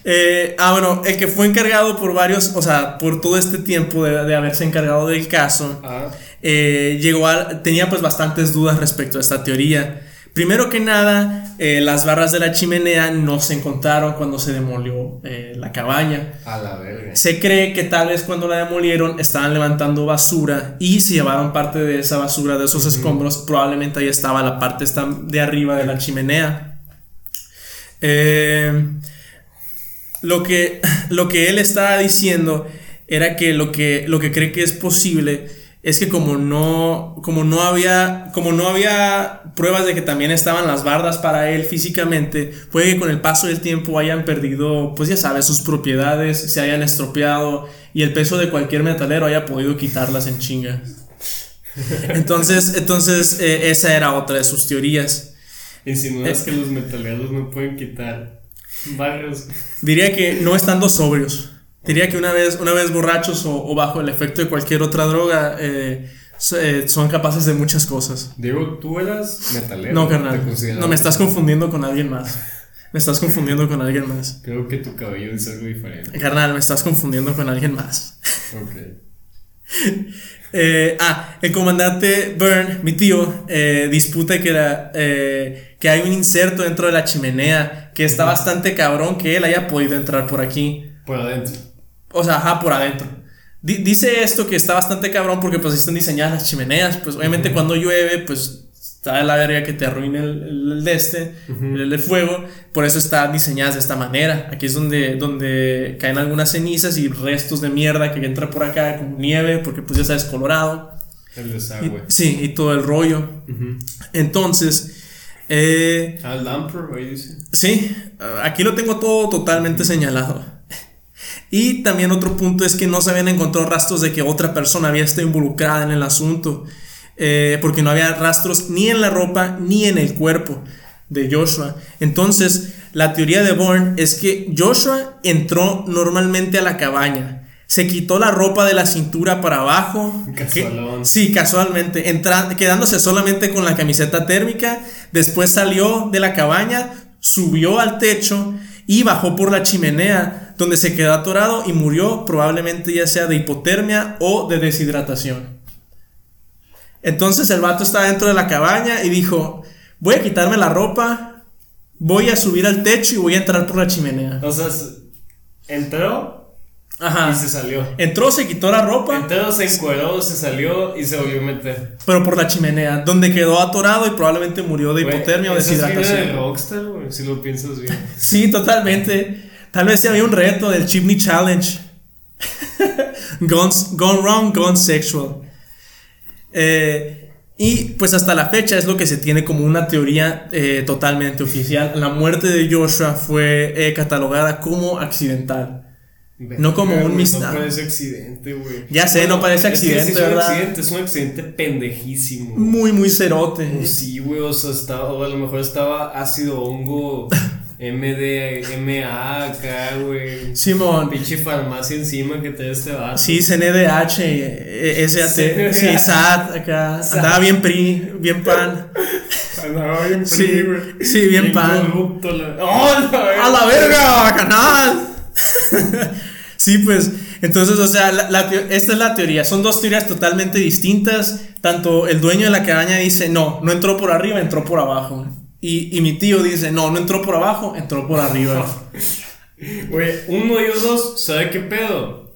Speaker 1: Eh, ah, bueno, el que fue encargado por varios, o sea, por todo este tiempo de, de haberse encargado del caso,
Speaker 2: Ah,
Speaker 1: eh, llegó a, tenía pues bastantes dudas respecto a esta teoría. Primero que nada, eh, las barras de la chimenea no se encontraron cuando se demolió eh, la cabaña.
Speaker 2: a la verga.
Speaker 1: Se cree que tal vez cuando la demolieron estaban levantando basura y se llevaron parte de esa basura, de esos escombros, probablemente ahí estaba la parte esta de arriba de la chimenea. Eh, lo, que, lo que él estaba diciendo era que lo que, lo que cree que es posible es que como no, como no había, como no había pruebas de que también estaban las bardas para él físicamente, puede que con el paso del tiempo hayan perdido, pues ya sabes, sus propiedades, se hayan estropeado y el peso de cualquier metalero haya podido quitarlas en chinga. Entonces, entonces eh, esa era otra de sus teorías. Eh.
Speaker 2: Insinuas que los metaleros no pueden quitar barrios.
Speaker 1: Diría que no estando sobrios. Diría que una vez, una vez borrachos o, o bajo el efecto de cualquier otra droga, eh, so- eh, son capaces de muchas cosas.
Speaker 2: Diego, tú eras metalero.
Speaker 1: No,
Speaker 2: ¿Te
Speaker 1: carnal.
Speaker 2: considerabas?
Speaker 1: No, me estás confundiendo con alguien más. Me estás confundiendo con alguien más.
Speaker 2: Creo que tu cabello es algo diferente.
Speaker 1: Carnal, me estás confundiendo con alguien más.
Speaker 2: Ok.
Speaker 1: Eh, ah, el comandante Byrne, mi tío, eh, disputa que, la, eh, que hay un inserto dentro de la chimenea, que está bastante cabrón que él haya podido entrar por aquí.
Speaker 2: Por adentro.
Speaker 1: O sea, ajá, por adentro. Di- dice esto que está bastante cabrón porque pues están diseñadas las chimeneas. Pues obviamente cuando llueve, pues está de la verga que te arruine el, el- el de este, el de fuego. Por eso están diseñadas de esta manera. Aquí es donde, donde caen algunas cenizas y restos de mierda que entra por acá como nieve porque pues ya está descolorado.
Speaker 2: El
Speaker 1: Y-
Speaker 2: desagüe.
Speaker 1: sí, y todo el rollo.
Speaker 2: Ujú.
Speaker 1: Entonces, eh,
Speaker 2: Al damper, ahí dice.
Speaker 1: Sí, ah, aquí lo tengo todo totalmente señalado. Y también otro punto es que no se habían encontrado rastros de que otra persona había estado involucrada en el asunto, eh, porque no había rastros ni en la ropa ni en el cuerpo de Joshua. Entonces, la teoría de Bourne es que Joshua entró normalmente a la cabaña, se quitó la ropa de la cintura para abajo,
Speaker 2: Casualón.
Speaker 1: que- Sí, casualmente, entra- quedándose solamente con la camiseta térmica, después salió de la cabaña, subió al techo y bajó por la chimenea, donde se quedó atorado y murió probablemente ya sea de hipotermia o de deshidratación. Entonces el vato estaba dentro de la cabaña y dijo, voy a quitarme la ropa, voy a subir al techo y voy a entrar por la chimenea.
Speaker 2: O sea, s- entró y
Speaker 1: Ajá.
Speaker 2: se salió.
Speaker 1: Entró, se quitó la ropa.
Speaker 2: Entró, se encueró, se salió y se volvió a meter.
Speaker 1: Pero por la chimenea, donde quedó atorado y probablemente murió de hipotermia o
Speaker 2: Güey, eso es vida de
Speaker 1: deshidratación.
Speaker 2: rockstar, güey, si lo piensas bien.
Speaker 1: Sí, totalmente. Tal vez sí había un reto del Chimney Challenge. gone, gone wrong, gone sexual. Eh, y pues hasta la fecha es lo que se tiene como una teoría eh, totalmente oficial. La muerte de Joshua fue eh, catalogada como accidental. No como
Speaker 2: Verga,
Speaker 1: un
Speaker 2: güey,
Speaker 1: mista-
Speaker 2: No parece accidente, güey.
Speaker 1: Ya sé, no parece
Speaker 2: es que sí
Speaker 1: accidente,
Speaker 2: es un
Speaker 1: ¿verdad?
Speaker 2: accidente, es un accidente pendejísimo. güey.
Speaker 1: Muy, muy cerote.
Speaker 2: Pues Sí, güey, o sea, estaba, o a lo mejor estaba ácido hongo MDMA acá, güey.
Speaker 1: Simón,
Speaker 2: Pinche farmacia encima que trae este vato.
Speaker 1: Sí, CNDH, eh, eh, SAT, sí, SAT, acá. Andaba bien PRI, bien PAN.
Speaker 2: Andaba bien
Speaker 1: Sí,
Speaker 2: frío, güey.
Speaker 1: sí, bien pan.
Speaker 2: corrupto, la- ¡Oh, la
Speaker 1: ¡A la verga, canal! sí, pues, entonces, o sea, la- la teo- esta es la teoría. Son dos teorías totalmente distintas. Tanto el dueño de la cabaña dice, no, no entró por arriba, entró por abajo. Y, y mi tío dice, no, no entró por abajo, entró por arriba.
Speaker 2: Güey, uno de ellos dos sabe qué pedo.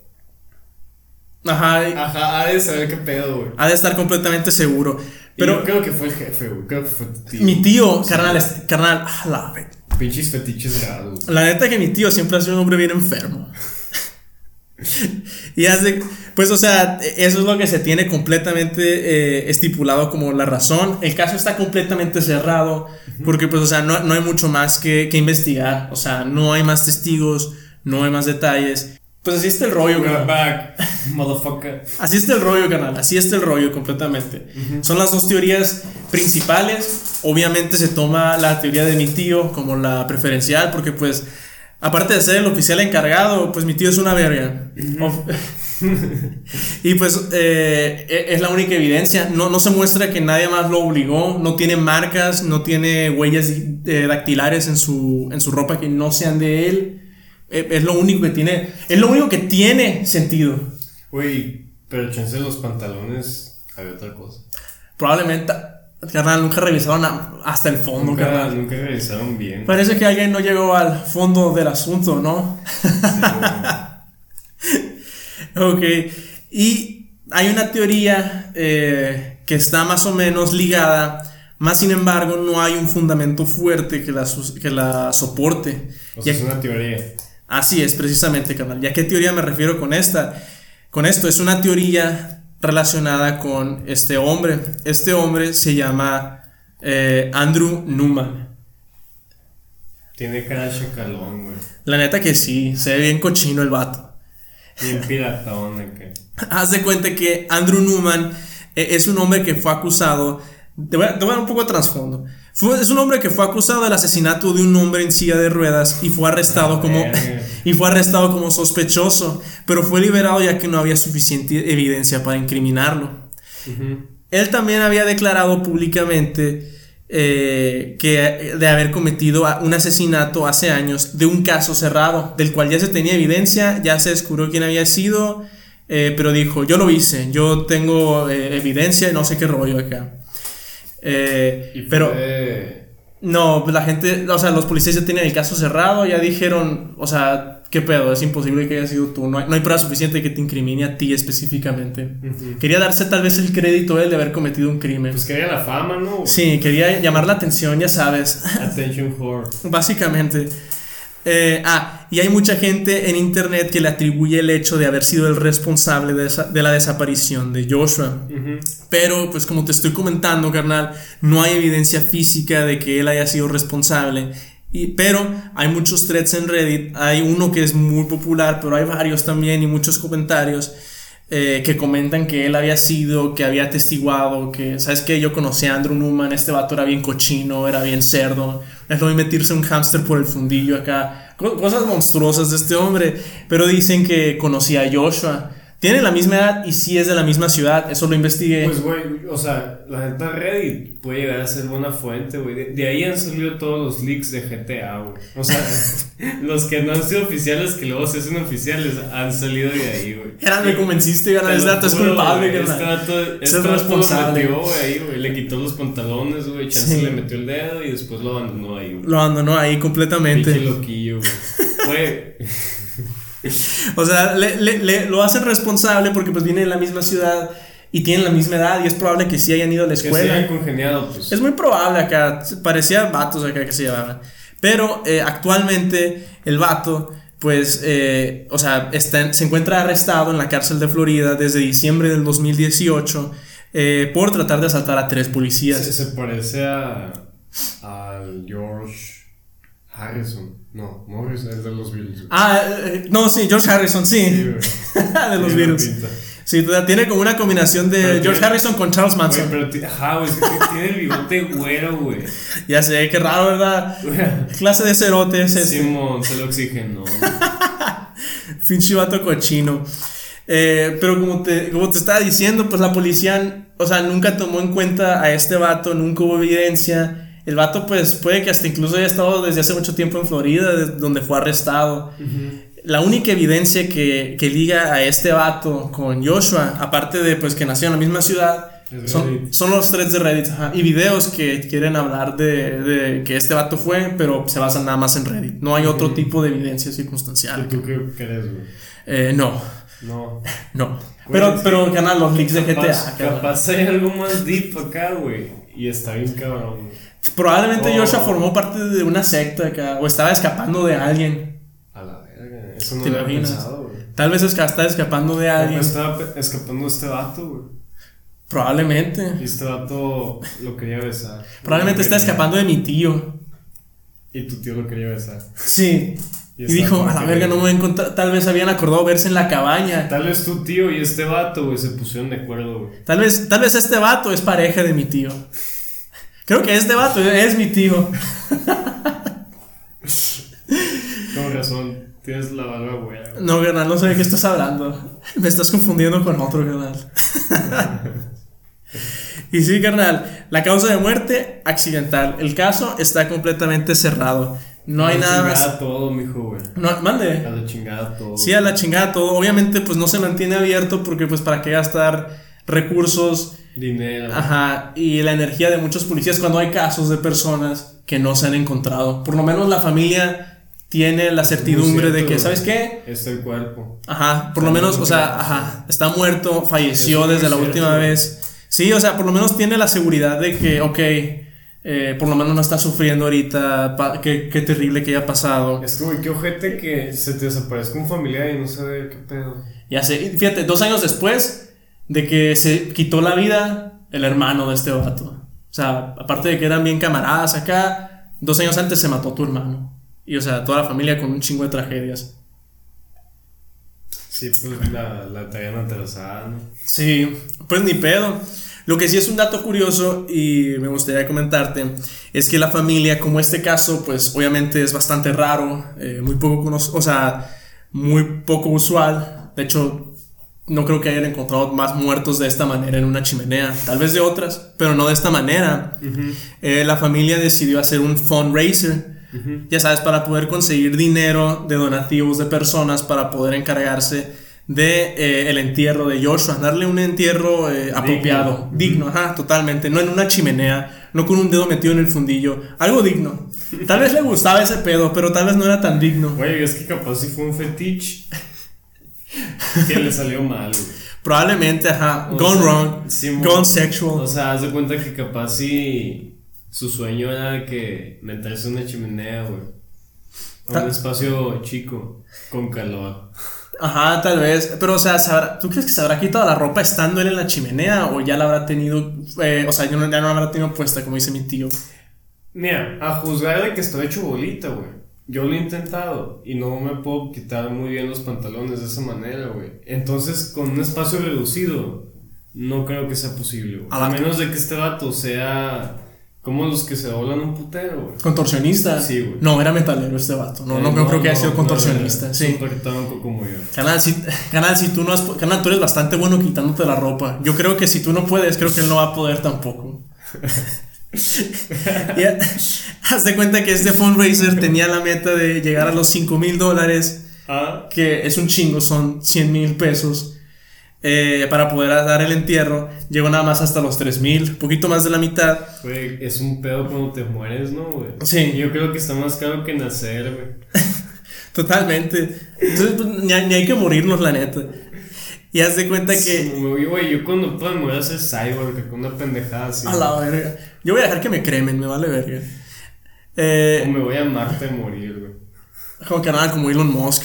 Speaker 1: Ajá, y-
Speaker 2: Ajá, ha de saber qué pedo, güey.
Speaker 1: ha de estar completamente seguro.
Speaker 2: Pero
Speaker 1: Pero
Speaker 2: creo que fue el jefe, güey. Creo que fue tu tío.
Speaker 1: mi tío, carnal, es- carnal, a la verga.
Speaker 2: Pinches fetiches grados. güey.
Speaker 1: La neta que mi tío siempre ha sido un hombre bien enfermo. y hace, pues o sea, eso es lo que se tiene completamente eh, estipulado como la razón. El caso está completamente cerrado porque pues o sea, no, no hay mucho más que, que investigar. O sea, no hay más testigos, no hay más detalles. Pues así está el rollo,
Speaker 2: We're
Speaker 1: carnal.
Speaker 2: back, motherfucker.
Speaker 1: Así está el rollo, canal. Así está el rollo completamente. Son las dos teorías principales. Obviamente se toma la teoría de mi tío como la preferencial, porque pues, aparte de ser el oficial encargado, pues mi tío es una verga. Of- y pues eh, e- es la única evidencia. No, no se muestra que nadie más lo obligó. No tiene marcas, no tiene huellas eh, dactilares en su, en su ropa que no sean de él. Eh, es lo único que tiene. Es lo único que tiene sentido.
Speaker 2: Güey, pero chance los pantalones había otra cosa.
Speaker 1: Probablemente, carnal, nunca revisaron a- hasta el fondo,
Speaker 2: Nunca,
Speaker 1: carnal.
Speaker 2: nunca revisaron bien.
Speaker 1: Parece que alguien no llegó al fondo del asunto, ¿no? Ok, y hay una teoría eh, que está más o menos ligada, más sin embargo no hay un fundamento fuerte que la, sus- que la soporte.
Speaker 2: O
Speaker 1: Ya-
Speaker 2: sea, es una teoría.
Speaker 1: así es, precisamente, carnal. ¿Y a qué teoría me refiero con esta? Con esto, es una teoría relacionada con este hombre. Este hombre se llama eh, Andrew Newman.
Speaker 2: Tiene cara de chacalón, güey.
Speaker 1: La neta que sí, se ve bien cochino el vato.
Speaker 2: Bien piratón acá.
Speaker 1: Haz de cuenta que Andrew Newman eh, es un hombre que fue acusado. Te voy a, te voy a dar un poco de trasfondo. Fue- es un hombre que fue acusado del asesinato de un hombre en silla de ruedas y fue arrestado
Speaker 2: Ah,
Speaker 1: como
Speaker 2: verga.
Speaker 1: y fue arrestado como sospechoso, pero fue liberado ya que no había suficiente evidencia para incriminarlo. Él también había declarado públicamente eh, que de haber cometido a- un asesinato hace años de un caso cerrado, del cual ya se tenía evidencia, ya se descubrió quién había sido, eh, pero dijo, yo lo hice, yo tengo eh, evidencia y no sé qué rollo acá. Eh,
Speaker 2: Y
Speaker 1: pero
Speaker 2: fue-
Speaker 1: no, la gente, o sea, los policías ya tienen el caso cerrado, ya dijeron, o sea, qué pedo, es imposible que haya sido tú, no hay, no hay prueba suficiente que te incrimine a ti específicamente.
Speaker 2: Ujú.
Speaker 1: Quería darse tal vez el crédito él de haber cometido un crimen.
Speaker 2: Pues quería la fama, ¿no? güey?
Speaker 1: Sí, quería llamar la atención, ya sabes,
Speaker 2: Attention whore.
Speaker 1: básicamente. Eh, ah, y hay mucha gente en internet que le atribuye el hecho de haber sido el responsable de, esa- de la desaparición de Joshua. Pero, pues como te estoy comentando, carnal, no hay evidencia física de que él haya sido responsable. Y, pero hay muchos threads en Reddit, hay uno que es muy popular, pero hay varios también y muchos comentarios eh, que comentan que él había sido, que había testiguado, que, ¿sabes qué? Yo conocí a Andrew Newman, este vato era bien cochino, era bien cerdo, es lo de metirse un hámster por el fundillo acá, Co- cosas monstruosas de este hombre, pero dicen que conocía a Joshua. Tiene la misma edad y sí es de la misma ciudad, eso lo investigué.
Speaker 2: Pues, güey, o sea, la gente de Reddit puede llegar a ser buena fuente, güey. De, de ahí han salido todos los leaks de GTA, güey. O sea, los que no han sido oficiales, que luego se hacen oficiales, han salido de ahí, güey.
Speaker 1: Era, me convenciste,
Speaker 2: Te
Speaker 1: era,
Speaker 2: lo
Speaker 1: este dato es
Speaker 2: juro,
Speaker 1: culpable,
Speaker 2: güey,
Speaker 1: carnal.
Speaker 2: Este dato
Speaker 1: Es el responsable.
Speaker 2: responsable. ahí, güey. Le quitó los pantalones, güey. Chance
Speaker 1: Sí.
Speaker 2: le metió el dedo y después lo abandonó ahí, güey.
Speaker 1: Lo abandonó ahí
Speaker 2: Pinche
Speaker 1: completamente.
Speaker 2: loquillo, güey. Güey,
Speaker 1: O sea, le, le- le- lo hacen responsable porque pues viene de la misma ciudad y tienen la misma edad y es probable que sí hayan ido a la
Speaker 2: que se
Speaker 1: escuela.
Speaker 2: hayan congeniado, pues.
Speaker 1: Es muy probable acá, parecía vatos acá que se llevaban. Pero eh, actualmente el vato, pues, eh, o sea, está en- se encuentra arrestado en la cárcel de Florida desde diciembre del 2018 eh, por tratar de asaltar a tres policías.
Speaker 2: Se, se parece a. al George Harrison. No, Morris, el de los Beatles. güey.
Speaker 1: Ah, eh, no, sí, George Harrison,
Speaker 2: Sí,
Speaker 1: sí.
Speaker 2: güey.
Speaker 1: de los
Speaker 2: Tiene
Speaker 1: virus.
Speaker 2: pinta.
Speaker 1: Sí, t- tiene como una combinación de
Speaker 2: Pero
Speaker 1: George
Speaker 2: tiene-
Speaker 1: Harrison con Charles
Speaker 2: Güey,
Speaker 1: Manson.
Speaker 2: pero ti- ajá, güey, es que ti- tiene el bigote güero, güey.
Speaker 1: Ya sé, qué raro, ¿verdad? ¿Qué clase de este, cerote es ese?
Speaker 2: Simón, se lo oxigenó. güey.
Speaker 1: Finchi vato cochino. Eh, pero como te, como te estaba diciendo, pues la policía, o sea, nunca tomó en cuenta a este vato, nunca hubo evidencia. El vato, pues, puede que hasta incluso haya estado desde hace mucho tiempo en Florida, de- donde fue arrestado. La única evidencia que, que liga a este vato con Joshua, aparte de pues que nació en la misma ciudad,
Speaker 2: Es
Speaker 1: son,
Speaker 2: Reddit.
Speaker 1: son los threads de Reddit ajá, y videos que quieren hablar de, de que este vato fue, pero se basan nada más en Reddit. No hay otro tipo de evidencia circunstancial.
Speaker 2: ¿Tú qué crees, güey?
Speaker 1: Eh, no,
Speaker 2: No.
Speaker 1: no.
Speaker 2: Güey,
Speaker 1: Pero,
Speaker 2: es que
Speaker 1: pero ganan los leaks de GTA.
Speaker 2: Capaz,
Speaker 1: carnal.
Speaker 2: capaz hay algo más deep acá, güey. Y está bien cabrón. güey.
Speaker 1: Probablemente
Speaker 2: Oh.
Speaker 1: Joshua formó parte de una secta acá, o estaba escapando de alguien.
Speaker 2: A la verga. Eso no
Speaker 1: ¿Te
Speaker 2: lo había
Speaker 1: imaginas?
Speaker 2: pensado, güey. pues,
Speaker 1: Tal vez es que estaba escapando de
Speaker 2: Yo me
Speaker 1: alguien.
Speaker 2: estaba pe- escapando de este vato, güey. Y
Speaker 1: Probablemente.
Speaker 2: este vato lo quería besar.
Speaker 1: Probablemente
Speaker 2: Lo
Speaker 1: está
Speaker 2: quería.
Speaker 1: escapando de mi tío.
Speaker 2: Y tu tío lo quería besar.
Speaker 1: Sí.
Speaker 2: Y
Speaker 1: Y,
Speaker 2: está
Speaker 1: dijo,
Speaker 2: como
Speaker 1: a la
Speaker 2: que-
Speaker 1: verga, no me voy a encontrar. Tal vez habían acordado verse en la cabaña.
Speaker 2: Tal vez tu tío y este vato, güey, se pusieron de acuerdo, güey.
Speaker 1: Tal vez, tal vez este vato es pareja de mi tío. Creo que este vato es mi tío.
Speaker 2: Con razón. Tienes la barba güera. güey.
Speaker 1: No, carnal, no sé de qué estás hablando. Me estás confundiendo con otro carnal. y sí, carnal, la causa de muerte accidental. El caso está completamente cerrado. No hay
Speaker 2: A la
Speaker 1: nada más.
Speaker 2: chingada todo, mijo, güey.
Speaker 1: No,
Speaker 2: A
Speaker 1: mande.
Speaker 2: la chingada todo.
Speaker 1: Sí, a la chingada todo. Obviamente, pues no se mantiene abierto porque, pues, ¿para qué gastar recursos?
Speaker 2: Dinero.
Speaker 1: Ajá, y la energía de muchos policías cuando hay casos de personas que no se han encontrado. Por lo menos la familia tiene la certidumbre
Speaker 2: cierto,
Speaker 1: de que,
Speaker 2: güey.
Speaker 1: ¿sabes qué?
Speaker 2: Es el cuerpo.
Speaker 1: Ajá, por lo
Speaker 2: Está
Speaker 1: menos, o sea,
Speaker 2: muerto.
Speaker 1: ajá, está muerto, falleció
Speaker 2: Eso es
Speaker 1: desde la
Speaker 2: cierto,
Speaker 1: última
Speaker 2: güey.
Speaker 1: vez. Sí, o sea, por lo menos tiene la seguridad de que, ok, eh, por lo menos no está sufriendo ahorita, pa- qué, qué terrible que haya pasado.
Speaker 2: Es como, qué ojete que se te desaparezca un familiar y no sabe qué pedo.
Speaker 1: Ya sé, y fíjate, dos años después de que se quitó la vida el hermano de este vato. O sea, aparte de que eran bien camaradas acá, dos años antes se mató tu hermano. Y, o sea, toda la familia con un chingo de tragedias.
Speaker 2: Sí, pues la, la traían atrasada, ¿no?
Speaker 1: Sí, pues ni pedo. Lo que sí es un dato curioso y me gustaría comentarte es que la familia, como este caso, pues obviamente es bastante raro, eh, muy poco cono- o sea, muy poco usual. De hecho, no creo que hayan encontrado más muertos de esta manera en una chimenea, tal vez de otras, pero no de esta manera. Eh, la familia decidió hacer un fundraiser, ya sabes, para poder conseguir dinero de donativos de personas para poder encargarse de eh, el entierro de Joshua, darle un entierro eh, apropiado, digno, ajá, totalmente, no en una chimenea, no con un dedo metido en el fundillo, algo digno. Tal vez le gustaba ese pedo, pero tal vez no era tan digno.
Speaker 2: Güey, es que capaz si fue un fetiche que le salió mal, güey.
Speaker 1: Probablemente, ajá,
Speaker 2: O
Speaker 1: gone
Speaker 2: sea,
Speaker 1: wrong,
Speaker 2: sí,
Speaker 1: gone
Speaker 2: mo-
Speaker 1: sexual.
Speaker 2: O sea, haz de cuenta que capaz si su sueño era que meterse en una chimenea, güey. A
Speaker 1: Ta-
Speaker 2: un espacio chico, con calor.
Speaker 1: Ajá, tal vez. Pero, o sea, ¿sabrá- ¿tú crees que se habrá quitado la ropa estando él en la chimenea? ¿O ya la habrá tenido? eh, o sea, yo no, ya no la habrá tenido puesta, como dice mi tío.
Speaker 2: Mira, a juzgar de que estoy hecho bolita, güey. Yo lo he intentado y no me puedo quitar muy bien los pantalones de esa manera, güey. Entonces, con un espacio reducido, no creo que sea posible, güey.
Speaker 1: A la-
Speaker 2: A menos de que este vato sea como los que se doblan un putero, güey.
Speaker 1: ¿Contorsionista?
Speaker 2: Sí, güey.
Speaker 1: No, era metalero este vato. No,
Speaker 2: Eh,
Speaker 1: no, creo- creo que haya sido
Speaker 2: no,
Speaker 1: contorsionista.
Speaker 2: no,
Speaker 1: sí.
Speaker 2: Súper tronco como yo.
Speaker 1: Canal, si, canal, si tú no has, canal, tú eres bastante bueno quitándote la ropa. Yo creo que si tú no puedes, creo que él no va a poder tampoco. Y ha- haz de cuenta que este fundraiser tenía la meta de llegar a los 5 mil dólares.
Speaker 2: Ah,
Speaker 1: que es un chingo, son 100 mil pesos. eh, para poder dar el entierro, llegó nada más hasta los 3 mil, poquito más de la mitad.
Speaker 2: güey, es un pedo cuando te mueres, ¿no, güey?
Speaker 1: Sí.
Speaker 2: Yo creo que está más caro que nacer, güey.
Speaker 1: Totalmente. Entonces, pues, ni, ni hay que morirnos, la neta. Y haz de cuenta que.
Speaker 2: Güey, güey, yo cuando pueda me voy a hacer cyborg con una pendejada así.
Speaker 1: A la verga. Yo voy a dejar que me cremen, me vale verga. Eh,
Speaker 2: O me voy a Marte a morir, güey.
Speaker 1: como carnal, como Elon Musk.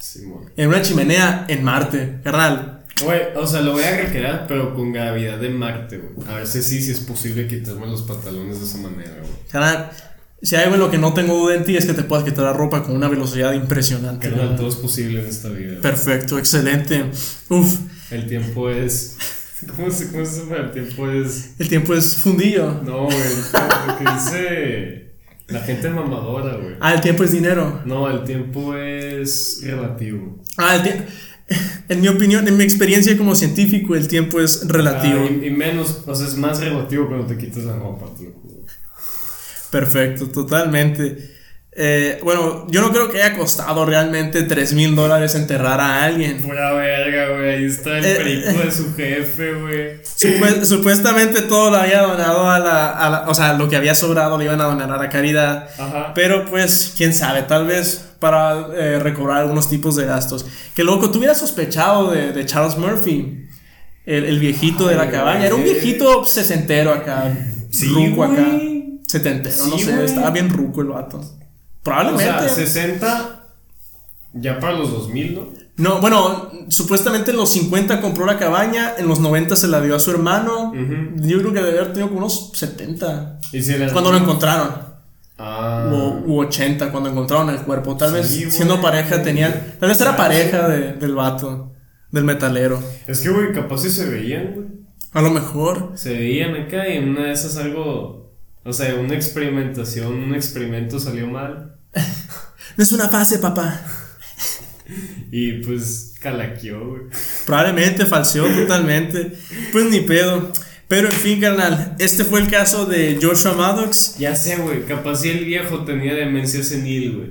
Speaker 2: Simón.
Speaker 1: En una chimenea en Marte, carnal.
Speaker 2: Güey, o sea, lo voy a recrear, pero con gravedad de Marte, güey. A ver si sí, si es posible quitarme los pantalones de esa manera, güey.
Speaker 1: Carnal, si hay algo en lo que no tengo duda en ti es que te puedas quitar la ropa con una velocidad impresionante.
Speaker 2: Carnal, todo es posible en esta vida. güey.
Speaker 1: Perfecto, excelente. Uf,
Speaker 2: El tiempo es. ¿Cómo se, cómo se llama? El tiempo es.
Speaker 1: el tiempo es fundillo.
Speaker 2: No, güey, lo que dice la gente mamadora, güey.
Speaker 1: Ah, el tiempo es dinero.
Speaker 2: No, el tiempo es relativo.
Speaker 1: Ah, el tie- En mi opinión, en mi experiencia como científico, el tiempo es relativo.
Speaker 2: Ah, y, y menos, o sea, es más relativo cuando te quitas la ropa, te lo juro.
Speaker 1: Perfecto, totalmente. Eh, bueno, yo no creo que haya costado realmente 3 mil dólares enterrar a alguien.
Speaker 2: Pura verga, güey. Ahí está
Speaker 1: Eh,
Speaker 2: el perico de su jefe, güey.
Speaker 1: Supue- supuestamente todo lo había donado a la, a la- O sea, lo que había sobrado lo iban a donar a la caridad.
Speaker 2: Ajá.
Speaker 1: Pero pues, quién sabe, tal vez para eh, recobrar algunos tipos de gastos. Que loco, tú hubieras sospechado de, de Charles Murphy, el, el viejito de la
Speaker 2: Ay,
Speaker 1: cabaña. Era un
Speaker 2: güey.
Speaker 1: viejito sesentero acá,
Speaker 2: Sí,
Speaker 1: ruco acá,
Speaker 2: güey.
Speaker 1: setentero, no
Speaker 2: Sí,
Speaker 1: sé,
Speaker 2: güey.
Speaker 1: estaba bien ruco el vato.
Speaker 2: O
Speaker 1: Probablemente.
Speaker 2: sea, 60 ya para los 2000, ¿no?
Speaker 1: No, bueno, supuestamente en los 50 compró la cabaña, en los 90 se la dio a su hermano.
Speaker 2: Ujú.
Speaker 1: Yo creo que debe haber tenido como unos 70
Speaker 2: Y si la-
Speaker 1: cuando lo encontraron.
Speaker 2: Ah.
Speaker 1: O, u 80 cuando encontraron el cuerpo. Tal vez
Speaker 2: Sí, güey.
Speaker 1: siendo pareja tenían. Tal vez era pareja de- del vato, del metalero.
Speaker 2: Es que, güey, capaz si se veían, güey.
Speaker 1: A lo mejor.
Speaker 2: Se veían acá y en una de esas algo. O sea, una experimentación, un experimento salió mal.
Speaker 1: No es una fase, papá.
Speaker 2: Y pues calaqueó, güey.
Speaker 1: Probablemente falseó totalmente. Pues ni pedo. Pero en fin, carnal, este fue el caso de Joshua Maddox.
Speaker 2: Ya sé, güey, capaz si el viejo tenía demencia senil, güey.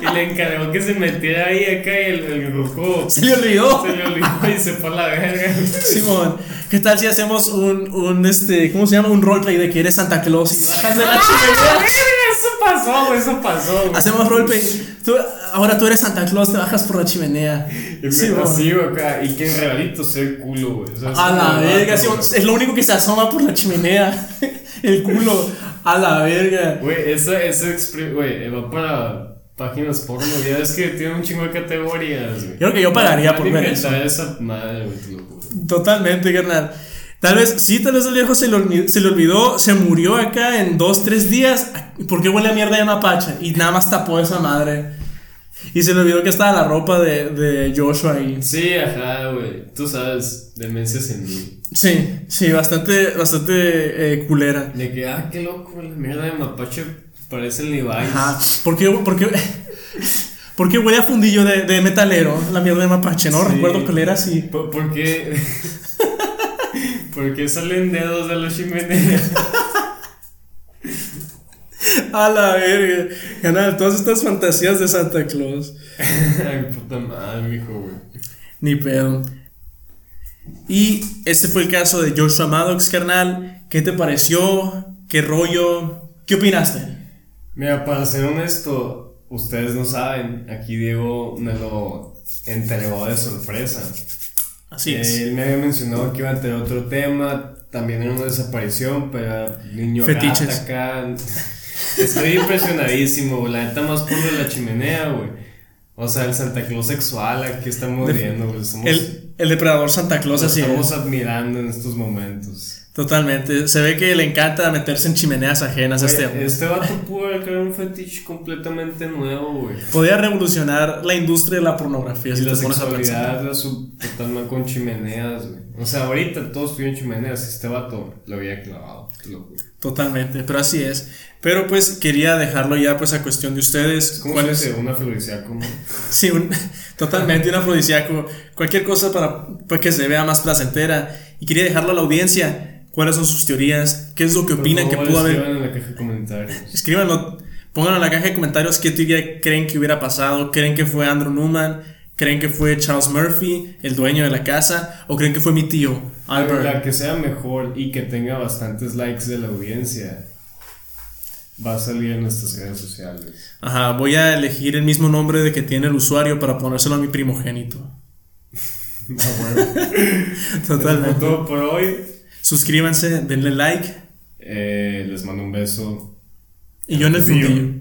Speaker 2: y le encargó que se metiera ahí acá y el, el rucó.
Speaker 1: Se le olvidó.
Speaker 2: Se le olvidó y se fue a la verga.
Speaker 1: Simón, ¿qué tal si hacemos un, un este, ¿cómo se llama? Un roleplay de que eres Santa Claus y bajas de la chimenea?
Speaker 2: Eso pasó, güey, eso pasó, güey.
Speaker 1: Hacemos roleplay. Tú, ahora tú eres Santa Claus, te bajas por la chimenea.
Speaker 2: Y me
Speaker 1: Sí, mo.
Speaker 2: así, güey, acá. Y que en realito sea el culo, güey. O sea,
Speaker 1: A
Speaker 2: es
Speaker 1: la
Speaker 2: una
Speaker 1: verga,
Speaker 2: mata,
Speaker 1: sí,
Speaker 2: güey.
Speaker 1: es lo único que se asoma por la chimenea. El culo. A la verga.
Speaker 2: Güey, esa, esa expre- güey, eh, va para páginas porno, ya es que tiene un chingo de categorías, güey.
Speaker 1: Yo creo que yo pagaría por
Speaker 2: Nadie
Speaker 1: ver eso.
Speaker 2: inventará esa madre, güey, te lo juro.
Speaker 1: Totalmente, carnal. Tal vez, sí, tal vez el viejo se le, olmi- se le olvidó, se murió acá en dos, tres días. porque huele a mierda de mapacha? Y nada más tapó esa madre. Y se le olvidó que estaba la ropa de, de Joshua ahí.
Speaker 2: Sí, ajá, güey. Tú sabes, demencias en mí.
Speaker 1: Sí, sí, bastante, bastante eh, culera.
Speaker 2: De que, ah, qué loco, la mierda de mapache parece el Levi's.
Speaker 1: Ajá. ¿Por qué, por qué- por qué huele a fundillo de, de metalero? La mierda de mapache, ¿no?
Speaker 2: Sí.
Speaker 1: Recuerdo que le era así.
Speaker 2: ¿Por, por qué? ¿Por qué salen dedos de la chimenea?
Speaker 1: A la verga. Canal, todas estas fantasías de Santa Claus.
Speaker 2: Ay, puta madre, mijo, güey.
Speaker 1: Ni pedo. Y este fue el caso de Joshua Maddox, carnal. ¿Qué te pareció? ¿Qué rollo? ¿Qué opinaste?
Speaker 2: Mira, para ser honesto, ustedes no saben, aquí Diego me lo entregó de sorpresa.
Speaker 1: Así es.
Speaker 2: Él me había mencionado que iba a tener otro tema, también era una desaparición, pero era niño
Speaker 1: Fetiches.
Speaker 2: gata acá. Estoy impresionadísimo, güey, la neta más por lo de la chimenea, güey. O sea, el Santa Claus sexual aquí estamos viendo, güey. Somos,
Speaker 1: El, el depredador Santa Claus,
Speaker 2: lo
Speaker 1: así
Speaker 2: estamos
Speaker 1: es.
Speaker 2: admirando en estos momentos.
Speaker 1: Totalmente. Se ve que le encanta meterse en chimeneas ajenas a este
Speaker 2: Güey,
Speaker 1: hombre.
Speaker 2: este vato pudo crear un fetiche completamente nuevo, güey.
Speaker 1: Podría revolucionar la industria de la pornografía.
Speaker 2: Y
Speaker 1: Si
Speaker 2: la
Speaker 1: te pones a pensar.
Speaker 2: sexualidad la subtotalma con chimeneas, güey. O sea, ahorita todos tuvieron chimeneas y este vato lo había clavado. te lo juro.
Speaker 1: Totalmente, pero así es. Pero pues quería dejarlo ya pues a cuestión de ustedes.
Speaker 2: ¿Cómo
Speaker 1: ¿Cuál
Speaker 2: se
Speaker 1: es?
Speaker 2: dice? Una felicidad como...
Speaker 1: Sí, un- totalmente un afrodisíaco. Cualquier cosa para, para que se vea más placentera. Y quería dejarlo a la audiencia. ¿Cuáles son sus teorías? ¿Qué es lo que opinan que pudo haber?
Speaker 2: en la caja de comentarios.
Speaker 1: Escríbanlo. Pónganlo en la caja de comentarios qué teoría creen que hubiera pasado. ¿Creen que fue Andrew Newman? ¿Creen que fue Charles Murphy, el dueño de la casa? ¿O creen que fue mi tío, Albert?
Speaker 2: La que sea mejor y que tenga bastantes likes de la audiencia va a salir en nuestras redes sociales.
Speaker 1: Ajá, voy a elegir el mismo nombre de que tiene el usuario para ponérselo a mi primogénito. Ah,
Speaker 2: Fue
Speaker 1: Totalmente.
Speaker 2: todo por hoy.
Speaker 1: Suscríbanse, denle like
Speaker 2: Eh, les mando un beso.
Speaker 1: y yo en el
Speaker 2: Tío.
Speaker 1: fundillo.